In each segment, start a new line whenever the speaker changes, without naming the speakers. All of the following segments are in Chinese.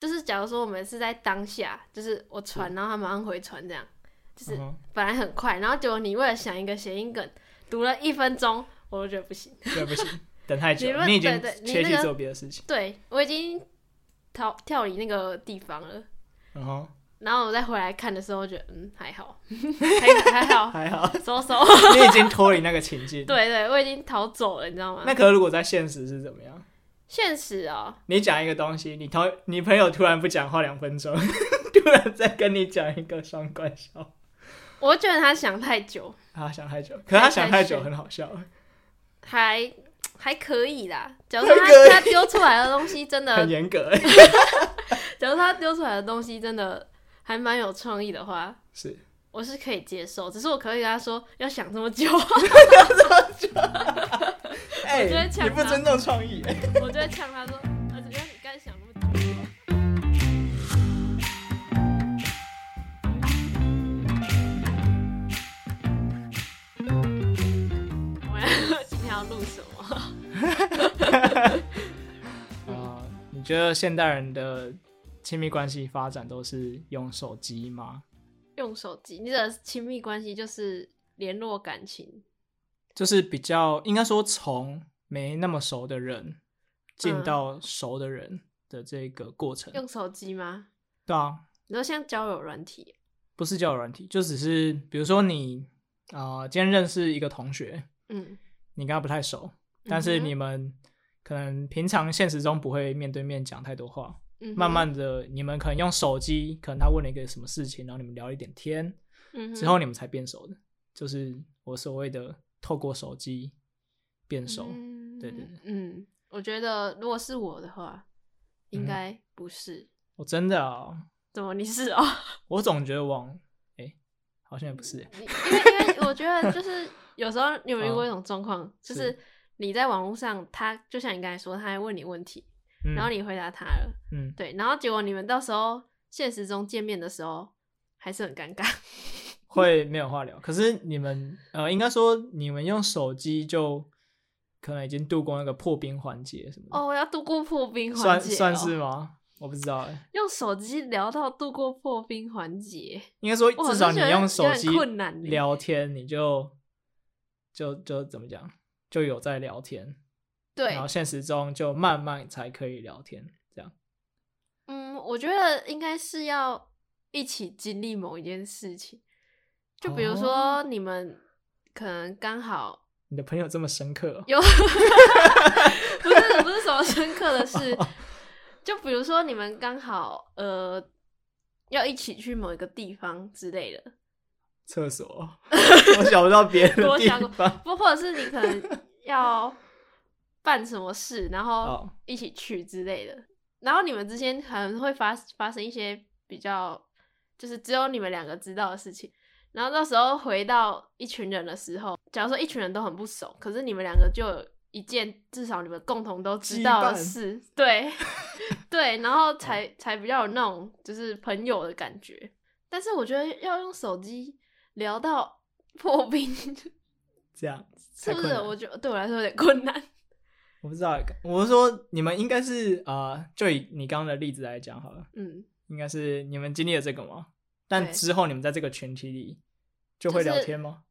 就是假如说我们是在当下，就是我传，然后他马上回传这样，就是
嗯哼
本来很快，然后结果你为了想一个谐音梗，读了一分钟，我都觉得不行。
对不行，等太久
你
了，
问
你已经
对对你
切
那
去
个
做别的事情。
对我已经逃跳离那个地方了，
然后
然后我再回来看的时候，觉得嗯还好，还还好，
还好，
收 收。
你已经脱离那个情境。
哦对对，我已经逃走了，你知道吗？
那可是如果在现实是怎么样？
现实哦，
你讲一个东西，你同你朋友突然不讲话两分钟， 突然再跟你讲一个双关笑话，
我觉得他想太久，
他想太久，可是他想太久
太
很好笑。
还还可以啦。假如
还
说
可以
他他丢出来的东西真的
很 严格，
假如他丢出来的东西真的还蛮有创意的话，
是
我是可以接受。只是我可以跟他说要想这么 久，
哎、
觉得抢
你不
答
尊重创意、哎
我就会呛他说：“儿子，要你该想那么久。”我们今天要录什么？
啊、你觉得现代人的亲密关系发展都是用手机吗？
用手机，你的亲密关系就是联络感情，
就是比较应该说从没那么熟的人进
嗯
到熟的人的这个过程，
用手机吗？
对啊，
你说像交友软体，
不是交友软体，就只是比如说你啊、呃今天认识一个同学，
嗯，
你跟他不太熟，但是
嗯哼
你们可能平常现实中不会面对面讲太多话，
嗯哼
慢，慢的，你们可能用手机，可能他问了一个什么事情，然后你们聊了一点天，
嗯哼
之后你们才变熟的，就是我所谓的透过手机变熟。对对对，
嗯，我觉得如果是我的话，
嗯
应该不是。
我真的啊，
怎么你是 哦？
我总觉得往，哎、好像也不是、
你因为因为我觉得就是 有时候你有没有遇
哦
过一种状况，就是是你在网络上，他就像你刚才说，他还问你问题，
嗯，
然后你回答他了，
嗯，
对，然后结果你们到时候现实中见面的时候还是很尴尬。
会没有话聊。可是你们呃，应该说你们用手机就可能已经度过那个破冰环节什么的，
哦，我要度过破冰环
算
节哦、
算是吗？我不知道哎、
用手机聊到度过破冰环节，
应该说
哇
至少你用手机
这觉得有点困难呢欸
聊天，你就就就怎么讲，就有在聊天，
对
然后，现实中就慢慢才可以聊天，这样
嗯，我觉得应该是要一起经历某一件事情，就比如说你们可能刚好
你的朋友这么深刻哦、
有， 不是不是什么深刻的事，就比如说你们刚好呃要一起去某一个地方之类的，
厕所，哦 我想不到别的
多
地
想过
方。
不或者是你可能要办什么事，然后
哦
一起去之类的，然后你们之间可能会发发生一些比较，就是只有你们两个知道的事情。然后到时候回到一群人的时候，假如说一群人都很不熟，可是你们两个就有一件至少你们共同都知道的事，对 对，然后才才比较有那种就是朋友的感觉。但是我觉得要用手机聊到破冰，
这样
是
才
不
困
是？
难
我觉得对我来说有点困难。
我不知道，我是说你们应该是啊、呃就以你刚刚的例子来讲好了，
嗯，
应该是你们经历了这个吗？但
对
之后你们在这个群体里就会
就
聊
是
天吗？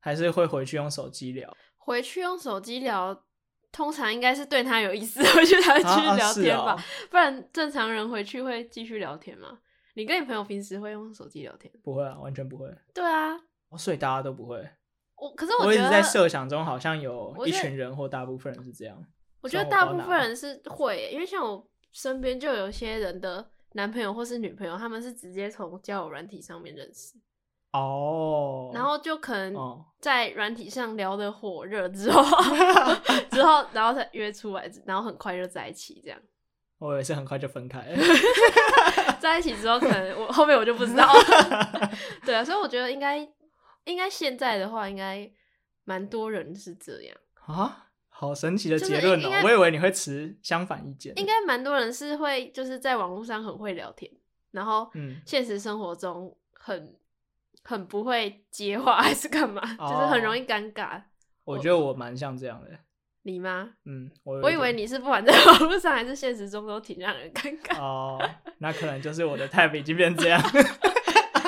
还是会回去用手机聊？
回去用手机聊，通常应该是对他有意思， 回去才
啊
去
啊
聊
是
天
哦
吧，不然正常人回去会继续聊天吗？你跟你朋友平时会用手机聊天？
不会啊，完全不会。
对啊，
哦所以大家都不会。
我可是
我
觉
一
得
直在设想中，好像有
我
一
觉得
群人或大部分人是这样。
我觉得大部分人是会耶、因为像我身边就有些人的男朋友或是女朋友，他们是直接从交友软体上面认识，
哦，
然后就可能
哦，
在软体上聊得火热之后， 之后然后才约出来，然后很快就在一起，这样
我也是很快就 分开了。
在一起之后，可能我后面我就不知道了。 对啊，所以我觉得应该应该现在的话，应该蛮多人是这样。
啊，好神奇的
就是
结论哦
应！该
我以为你会持相反意见。
应该蛮多人是会就是在网络上很会聊天，然后
嗯
现实生活中很很不会接话还是干嘛，
哦
就是很容易尴尬。
我觉得我蛮像这样的。
你吗？
嗯，我
我以为你是不管在 网络上还是现实中都挺让人尴尬。
哦，那可能就是我的 type 已经 变这样。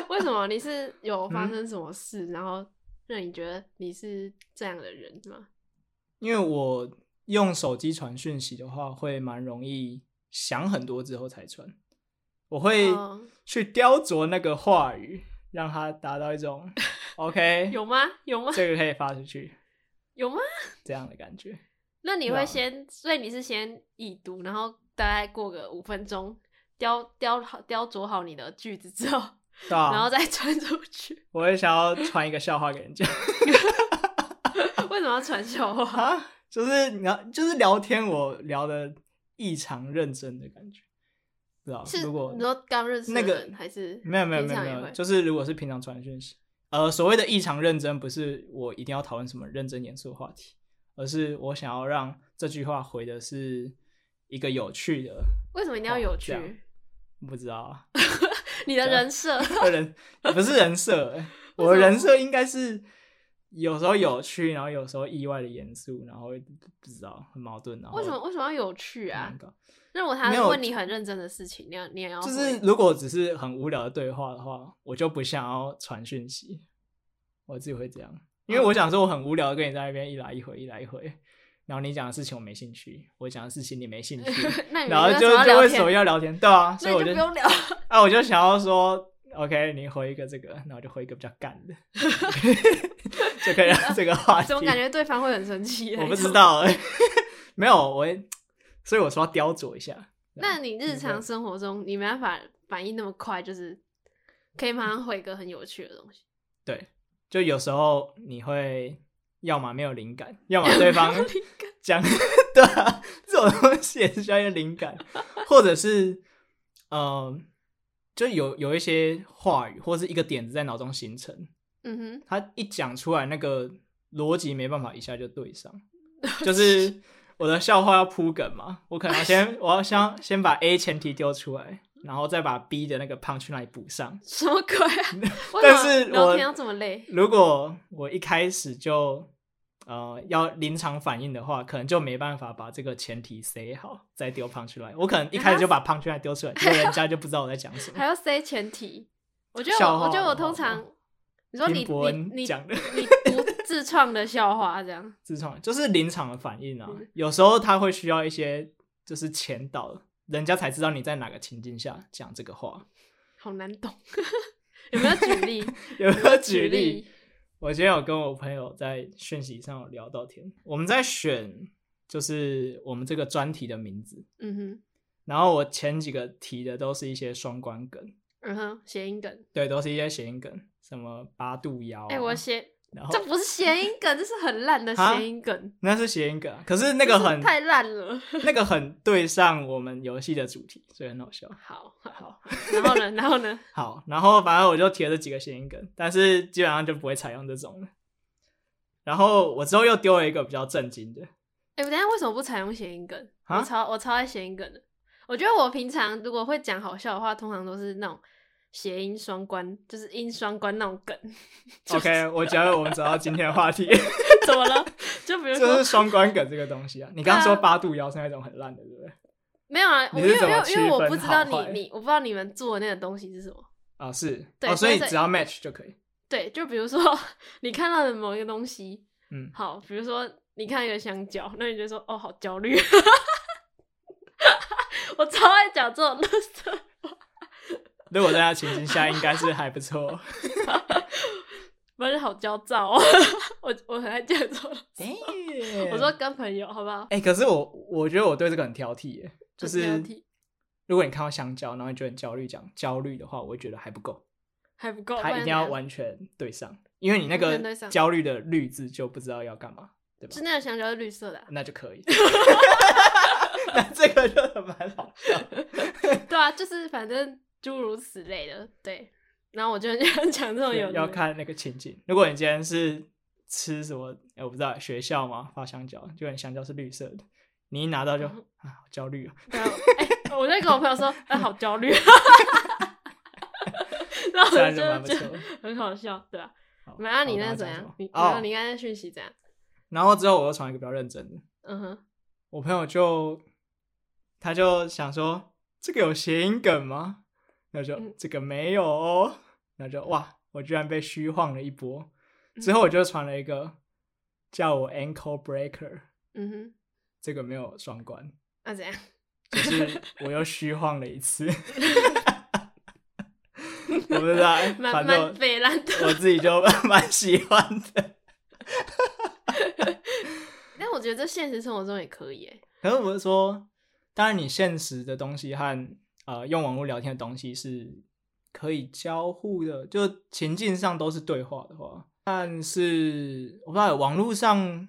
为什么你是有
嗯
发生什么事，然后让你觉得你是这样的人是吗？
因为我用手机传讯息的话，会蛮容易想很多之后才传，我会
哦
去雕琢那个话语，让它达到 一种 OK，
有吗？有吗？
这个可以发出去
有吗？
这样的感觉。
那你
对
会
啊
先，所以你是先已读，然后大概过个五分钟，雕雕好雕琢好你的句子 之后，
对啊，
然后再传出去。
我会想要传一个笑话给人家
为什么要传笑 话？
啊，就是聊就是聊天，我聊的异常认真的感觉，不知道
是
如果
你说刚认识的
那个
人还是
没有没有
平
没有
常
没
也
有，
会
就是如果是平常传讯息，呃，所谓的异常认真，不是我一定要讨论什么认真严肃的话题，而是我想要让这句话回的是一个有趣的，
为什么一定要有趣
哦 这？样不知道 啊，
你的人设
个人不是人设 欸、我的人设应该是有时候有趣，然后有时候意外的严肃，然后不知道很矛盾，然后
为什么为什么要有趣啊
很？难搞
那 我他
没有
问你很认真的事情，你要你也要
就是
回
如果只是很无聊的对话的话，我就不想要传讯息，我自己会这样，因
嗯
为我想说我很无聊，跟你在那边一来一回，一来一回，然后你讲的事情我没兴趣，我讲的事情你没兴趣，
那你们
然后
那
就
时候
就
聊
为
天
什么要聊天？对啊，所
那
以
你
我
就
就
不用聊。
啊，我就想要说，OK，你回一个这个，然后就回一个比较干 的，就可以让这个话题
怎么感觉对方会很生气？
我不知。道、欸， 没有我会，所以我说要雕琢一下。
那你日
这样
常生活中，你没办法反应那么快，就是可以马上回一个很有趣的东西。
对，就有时候你会要么没有灵感，要么哦 对方 讲对、啊、这种东西也是需要一个灵感，或者是嗯、呃就有有一些话语或是一个点子在脑中形成，
嗯哼，
他一讲出来，那个逻辑没办法一下就对上，就是我的笑话要铺梗嘛，我可能要先我要先先把 A 前提丢出来，然后再把 B 的那个胖去那里补上。
什么 鬼啊？
但是
为什么
我
聊天要这么累？
如果我一开始就呃要临场反应的话，可能就没办法把这个前提塞好，再丢 punch line。我可能一开始就把 punch line 丢出来，结果人家就不知道我在讲什
还
么。
要塞前提？我觉得
笑
我，
话
我觉得我通常，你说你
听伯恩
你你
讲的
你不自创的笑话这样，
自创就是临场的反应啊，有时候他会需要一些就是前导，人家才知道你在哪个情境下讲这个话。
好难懂。 有没有举例？
有没有 举
例
例？？我今天有跟我朋友在讯息上有聊到天，我们在选就是我们这个专题的名字，
嗯哼，
然后我前几个提的都是一些双关梗，
嗯哼，谐音梗。
对，都是一些谐音梗，什么八度腰、啊，
哎、我谐，
然后
这不是谐音梗，这是很烂的
啊
谐音梗。
那是谐音梗啊，可是那个
这是
很
太烂了。
那个很对上我们游戏的主题，所以很好笑。
好好， 好然后呢？然后呢？
好，然后反正我就提了这几个谐音梗，但是基本上就不会采用这种了。然后我之后又丢了一个比较震 惊的，
哎、我等一下为什么不采用谐音梗？
啊
我超我超爱谐音梗的。我觉得我平常如果会讲好笑的话，通常都是那种谐音双关，就是音双关那种梗。
OK，我觉得我们找到今天的话题，
怎么了？ 就比如
就是
说呃
双关梗这个东西啊。你刚刚说八度腰是那种很烂的，对不对？
没有啊，我
你
因为
是
因
怎么
为
区
因
分
为我不知道你
好坏
你我不知道你们做的那个东西是什么。
啊，是，
对
哦，所以
所以
只要 match 就可以。
对，就比如说你看到的某一个东西，
嗯，
好，比如说你看一个香蕉，那你就说哦，好焦虑。 我超爱讲这种垃圾
如果在他情境下，应该是还不错。
不是好焦躁哦， 我我很爱这样做。 我
我
说，跟朋友好不好？
哎，可是我我觉得我对这个很挑剔耶，就
很挑
是
剔
如果你看到香蕉，然后你觉得很焦虑，讲焦虑的话，我会觉得还不够，
还不够，
它
不
一
然
定要
怎样。
完全对上，因为你那
完
个
全对上
焦虑的绿字就不知道要干嘛，对吧
是？那个香蕉是绿色的啊、
那就 可以。 那这个就蛮好笑的。
对啊，就是反正诸如此类的，对。然后我就很喜欢讲这种
对
哦有
要
的
看那个情境。如果你今天是吃什么，哎、我不知道学校嘛，发香蕉，就你香蕉是绿色的，你一拿到就
嗯
啊，好焦虑啊，
对啊，哎、我在跟我朋友说，哎、好焦 虑，然后
这
我
样就
就
蛮不
觉得
错的。
很好笑，对啊。
好
没有、啊、你
我
那个
刚刚
怎
讲什
样
么？
你、
哦
你刚才讯息怎样？
然后之后我又传一个比较认真的，
嗯哼，
我朋友就他就想说这个有谐音梗吗？然后就、
嗯
这个没有哦，然后就哇，我居然被虚晃了一波。
嗯
之后我就传了一个叫我 ankle breaker，
嗯哼，
这个没有双关，
那、怎样？
就是我又虚晃了一 次。我不知道，
蛮
反正
蛮
我
北烂的。
我自己就 蛮喜欢的。
但我觉得这现实生活中也可以耶。
可是我是说，当然你现实的东西和呃用网络聊天的东西是可以交互的，就情境上都是对话的话，但是我不知道网络上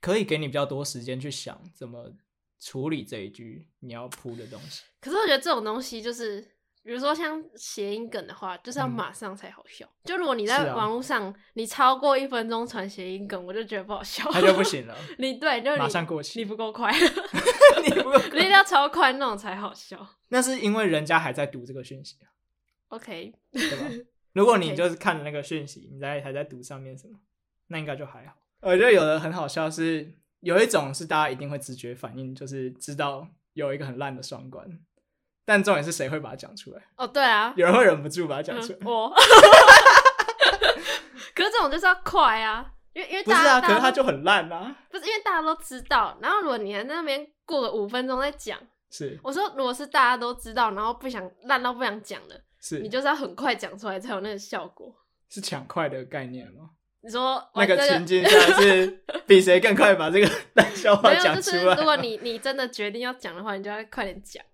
可以给你比较多时间去想怎么处理这一句你要铺的东西。
可是我觉得这种东西就是，比如说像谐音梗的话，就是要
嗯
马上才好笑。就如果你
是
在
啊
网络上、你超过一分钟传谐音梗，我就觉得不好笑。
那就不行了，
你对，就是你
马上过期
你不够快，
你不用
你一定要超快那种才好笑。
那是因为人家还在读这个讯息，
OK，
对吧？ 如果你
OK
就是看了那个讯息，你在还在读上面什么，那应该就还好。呃我觉得有的很好笑是，有一种是大家一定会直觉反应，就是知道有一个很烂的双关，但重点是谁会把它讲出来，
哦对啊，
有人会忍不啊住把它讲出
嗯
来。
我， 可是这种就是要快啊，因为因为
不是
大家
啊，
大
可
家
是他
都
就很烂啊，
不是因为大家都知道，然后如果你还在那边过个五分钟再讲，
是
我说如果是大家都知道，然后不想烂到不想讲的，你
是
就是要很快讲出来才有那个效果。
是抢快的概念吗？
你说
那个
哇这
情境下 是比谁更快把这个 烂笑话
没有，
讲
就
出
是
来。
如果你你真的决定要讲的话，你就要快点讲，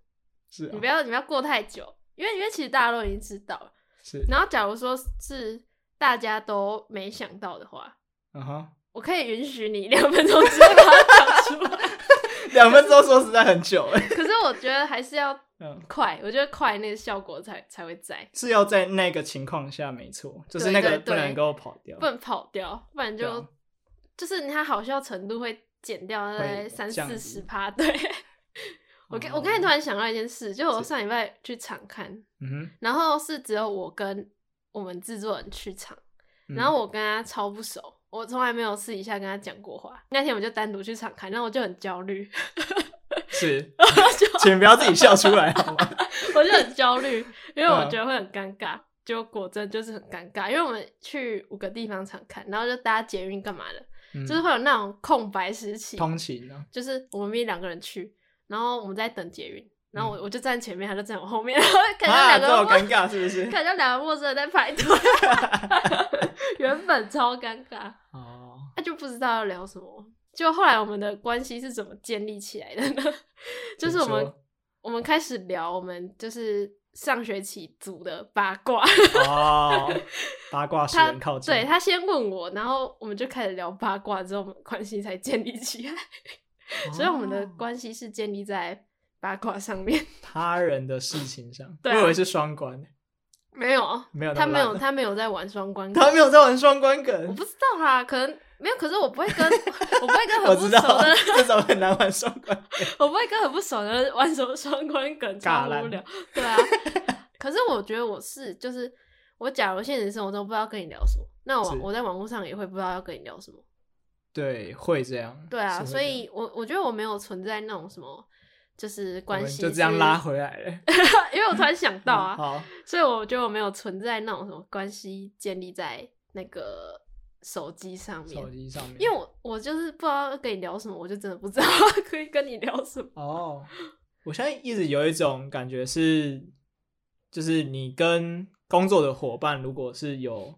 是
你
啊
不要你不要过太久，因为因为其实大家都已经知道了。
是，
然后假如说是大家都没想到的话，
嗯哼，
我可以允许你两分钟之内把它讲出来。
两分钟说实在很久欸，
可是我觉得还是要
嗯。
快，我觉得快那个效果才才会在，
是要在那个情况下，没错，就是那
对
个
对
不能够跑掉，
不能跑掉，不然就、
对啊
就是它好笑程度会减掉大概
会
三
降
四
低哦
十趴。对，我刚我刚才突然想到一件事，就我上礼拜去场看，
嗯哼，
然后是只有我跟我们制作人去场，
嗯
然后我跟他超不熟。我从来没有私底下跟他讲过话。那天我们就单独去场看，然后我就很焦虑，
是，
就
请不要自己笑出来好 吗？
我就很焦虑，因为
嗯
我觉得会很尴尬。结果果真就是很尴尬，因为我们去五个地方常看，然后就搭捷运干嘛的，
嗯
就是会有那种空白时期，
通勤哦呢，
就是我们明明两个人去，然后我们在等捷运，然后我我就站前面，他就站我后面， 然后感觉
啊，
两
嗯这
个
好
人陌
尴尬是 不是？
感觉两个陌生人在排队，原本超尴 尬，
哦，
他就不知道要聊什么。就后来我们的关系是怎么建立起来的呢？ 就是我
怎
们
么
我们开始聊我们就是上学期组的八卦，
说哦，八卦使
他
人靠近，
对他先问我，然后我们就开始聊八卦，之后我们关系才建立起来。
哦，
所以我们的关系是建立在八卦上面，
他人的事情上，我
对啊
以为是双关，
没有，
没有那
他
么
没
烂
有，
啊
他没有在玩双关梗，
他没有在玩双关
我
梗，
不知道啦，可能没有，可是我不会 跟，我不会跟
我
很不
知
熟
道
的人，
这种很难玩双关 梗，
我不会跟很不熟的人玩什么双关梗，超
尬
无
烂
聊，对 啊。可是我觉得我是，就是我假如现实生活中不知道跟你聊什么，那我
是
我在网络上也会不知道要跟你聊什么，
对，会这样，
对啊，
是会
所
这样
以我我觉得我没有存在那种什么。就是
我
关
们
系
就这样
是
拉，回来了，嗯
因为我突然想到 啊，
好，
所以我觉得我没有存在那种什么关系建立在那个手机上
手
面，
机上面，
因为我我就是不知道要跟你聊什么，我就真的不知道 可以跟你聊什么。
哦，我现在一直有一种感觉是，就是你跟工作的伙伴，如果是有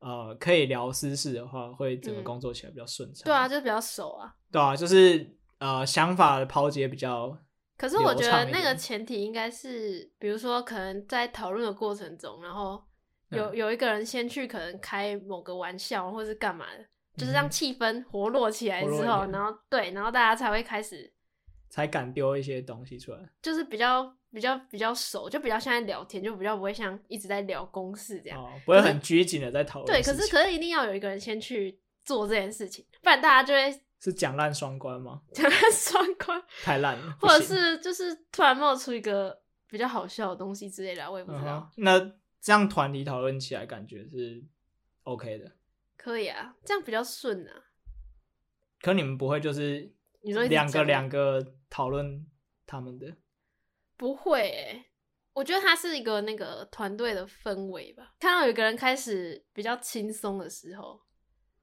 呃可以聊私事的话，会整个
嗯
工作起来比较顺畅。
对啊，，就是比较熟啊。
对啊，就是呃想法的抛接比较
可是我觉
流畅
得
一
那个
点
前提应该是，比如说可能在讨论的过程中，然后有、
嗯
有一个人先去可能开某个玩笑或是干嘛的，就是
嗯
让
哼
气氛活络起来
活
之
络一
后，
点
然后对，然后大家才会开始
才敢丢一些东西出来。
就是比较比较比较熟，就比较像在聊天，就比较不会像一直在聊公事这样。
哦，不会
可是
很拘谨的在讨论
对，
事
可
情。
是可是一定要有一个人先去做这件事情，不然大家就会
是讲烂双关吗？
讲他双关，
太烂了，不
或者
行
是就是突然冒出一个比较好笑的东西之类的，我也不
嗯
知道。
哼那这样团体讨论起来感觉是 OK 的。
可以啊，这样比较顺啊。
可你们不会就是
你说一直
两个
讲
两个讨论他们的，
不会、欸，我觉得它是一个那个团队的氛围吧。看到有一个人开始比较轻松的时候，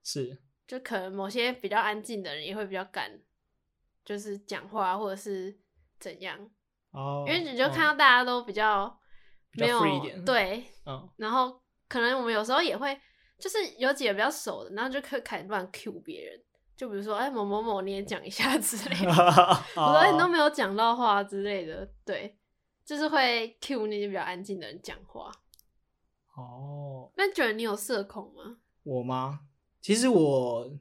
是
就可能某些比较安静的人也会比较敢，就是讲话或者是怎样，
哦，
因为你就
嗯
看到大家都比较
比较
没有
free 一点
对，
嗯
然后可能我们有时候也会，就是有几个比较熟的，然后就可以开始乱 Q 别人，就比如说哎某某某你也讲一下 之类 的， 我说
哦
哎你都没有讲到话之类的，对，就是会 Q 那些比较安静的人讲话。
哦，
那觉得你有社恐吗？
我吗？其实我，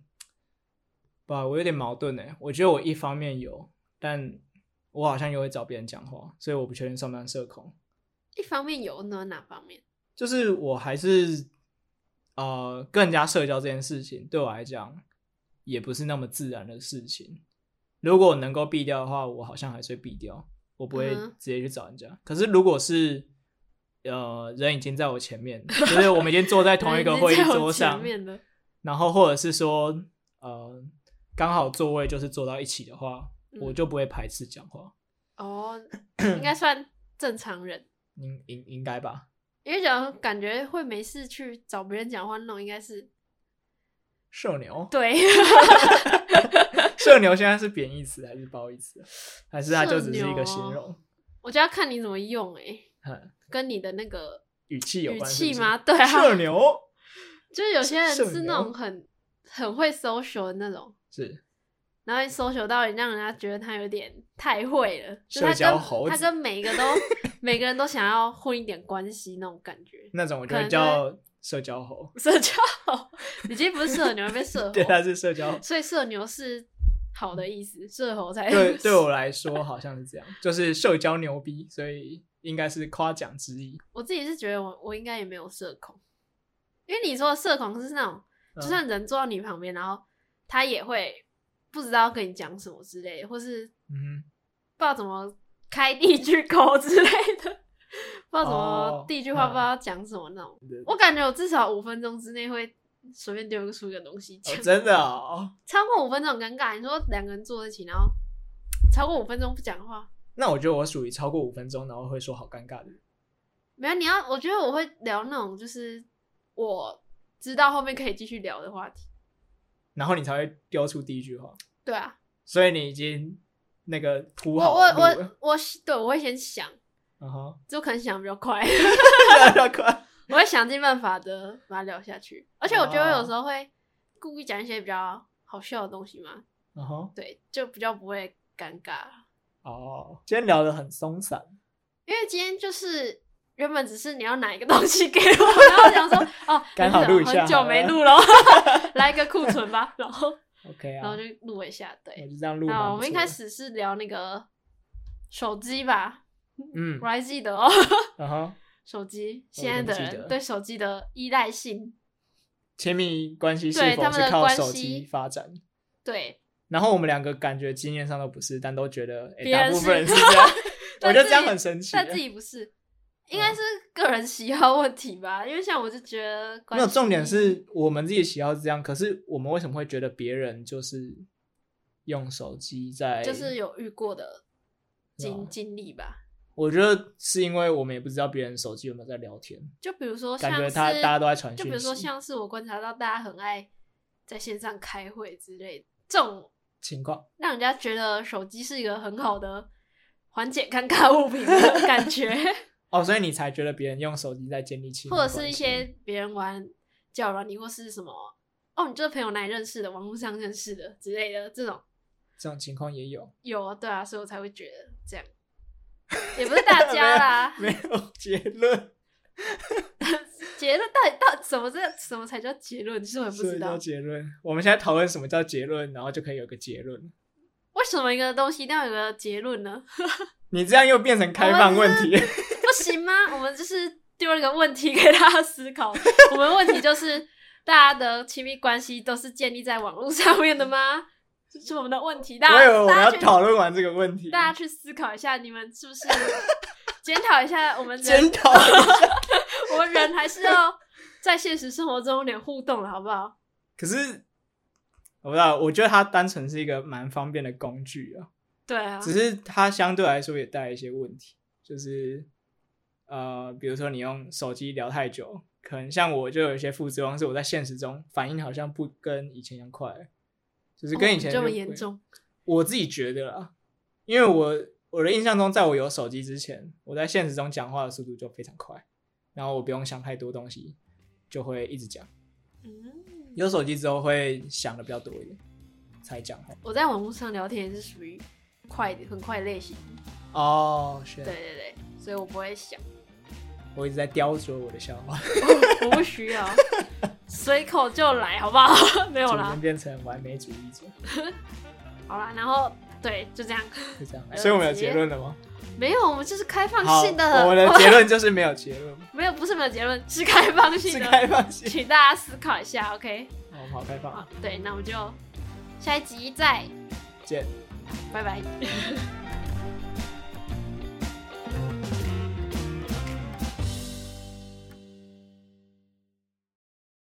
吧，我有点矛盾哎。我觉得我一方面有，但我好像也会找别人讲话，所以我不确定算不算社恐。
一方面有，呢哪方面？
就是我还是呃，更加社交这件事情对我来讲也不是那么自然的事情。如果能够避掉的话，我好像还是会避掉，我不会
嗯哼
直接去找人家。可是如果是呃，人已经在我前面，就是我们已经坐在 同一个
人
会议
在我
桌上
前，面的，
然后或者是说呃，刚好座位就是坐到一起的话，
嗯
我就不会排斥讲话，
哦，应该算正常人。
应应应该吧？
因为讲感觉会没事去找别人讲话那种，应该是
社牛，
对，
社牛现在是贬义词还是褒义词？啊还是它就只是一个形
社
容？
我觉得要看你怎么用诶、
哼
跟你的那个
语气有
语
关是不
气
是
吗？？对啊，
社牛
就是有些人
社
是那
牛
种很很会 social 的那种，
是
然后 social 到你让人家觉得他有点太会了，就是
社交
他
猴
跟他
子
跟每一 个都每个人都想要混一点关系那种感觉。
那种，我就
可
会
能
叫社交猴。
社交猴已经不是社牛，被社猴，
对，啊它是社交。
所以社牛是好的意思，社猴才
对，对我来说好像是这样，就是社交牛逼，所以应该是夸奖之意。
我自己是觉得我我应该也没有社恐，因为你说的社恐是那种，
嗯
就算人坐到你旁边，然后他也会不知道跟你讲什么之类的，或是不
嗯哼，
知道怎么开第一句口之类的，不知道怎么
哦
第一句话
嗯
不知道讲什么那种。
对
我感觉我至少五分钟之内会随便丢出一个东西讲
哦，真的哦。
超过五分钟很尴尬。你说两个人坐在一起，然后超过五分钟不讲话，
那我觉得我属于超过五分钟，然后会说好尴尬的人。
没有，你要，我觉得我会聊那种就是我知道后面可以继续聊的话题。
然后你才会丢出第一句话，
对啊，
所以你已经那个铺
我
好
我
路
我
了。
我对我会先想，
嗯哼，
就可能想比较快，
快，
我会想尽办法的把它聊下去。而且我觉得
哦
有时候会故意讲一些比较好笑的东西嘛，
嗯哼，
对，就比较不会尴尬。
哦，今天聊的很松散，
因为今天就是原本只是你要拿一个东西给我，然后我想说哦，
刚好录一下
很久
好了
没录了， 来一个库存吧，然 后
OK
然
啊，
后就
我
录一下，对。
就这样录蛮不错的。
那我们一开始是聊那个手机吧，
嗯哦
我，还记得哦，
然后
手机
我有
现在
点
的
记
人
得
对手机的依赖性，
亲密关系是
对
否
他们
是
的
靠
关
手
系
机发展？
对，
然后我们两个感觉经验上都不是，但都觉得哎，
别
大
人
部
是，
分人是这样 我
但
觉得
自
这样
己
很嗯神奇。
但自己不是，应该是个人喜好问题吧，因为像我就觉得关
没
系
有重点是我们自己喜好是这样，可是我们为什么会觉得别人就是用手机在？
就是有遇过的经
哦
经历吧，
我觉得是因为我们也不知道别人手机有没有在聊天，
就比如说像
感
是
觉他大家都在传
就
讯息。
比如说像是我观察到大家很爱在线上开会之类的，这种
情况，
让人家觉得手机是一个很好的缓解尴尬物品 的感觉，
哦，所以你才觉得别人用手机在建立亲密
或者
关系，
是一些别人玩叫软你或是什么哦，你这个朋友哪里认识的，网络上认识的之类的这种
这种情况也有，，
有啊，对啊，所以我才会觉得这样，也不是大家啦
没有结论，
结论到底到什么这什么才叫结论，其实我也不
所
知
以叫
道
结论。我们现在讨论什么叫结论，然后就可以有个结论。
为什么一个东西一定要有个结论呢？
你这样又变成开放问题，
不行吗？我 们就是丢了一个问题给大家思考。我们问题就是，大家的亲密关系都是建立在网络上面的 吗？这是我们的问题。大
我以为
家
我们
大
要
家去
讨论完这个问题，
大家去思考一下，你们是不 是检讨一下我们
检
人？
讨。
我们人还是要在现实生活中有点互动了，好不好？
可是我不知道，我觉得它单纯是一个蛮方便的工具啊，
对啊，
只是它相对来说也带来一些问题，就是呃，比如说你用手机聊太久，可能像我就有一些副作用，是我在现实中反应好像不跟以前一样快，就是跟以前
哦这么
就不
严
一样
重，
我自己觉得啦，因为我我的印象中，在我有手机之前，我在现实中讲话的速度就非常快，然后我不用想太多东西，就会一直讲。
嗯，
有手机之后会想的比较多一点，才讲话。
我在网络上聊天也是属于快的很快的类型，
哦，是
对，对对，所以我不会想，
我一直在雕琢我的笑话，
我我不需要，随口就来，好不好？ 没有
主
啦
人，变成完美主义者，
好啦，然后对，就这样，
是这样吗。
呃
所以我们有
直接
结论了吗？
没有，我们就是开放
好，
性的，
我们的结论就是没有 结论，
没有，不是没有结论，是开放性
是
的，
开 放性。
请大家思考一下，OK？
好我们好开放
好，，对，那我们就下一集再
见。
拜拜。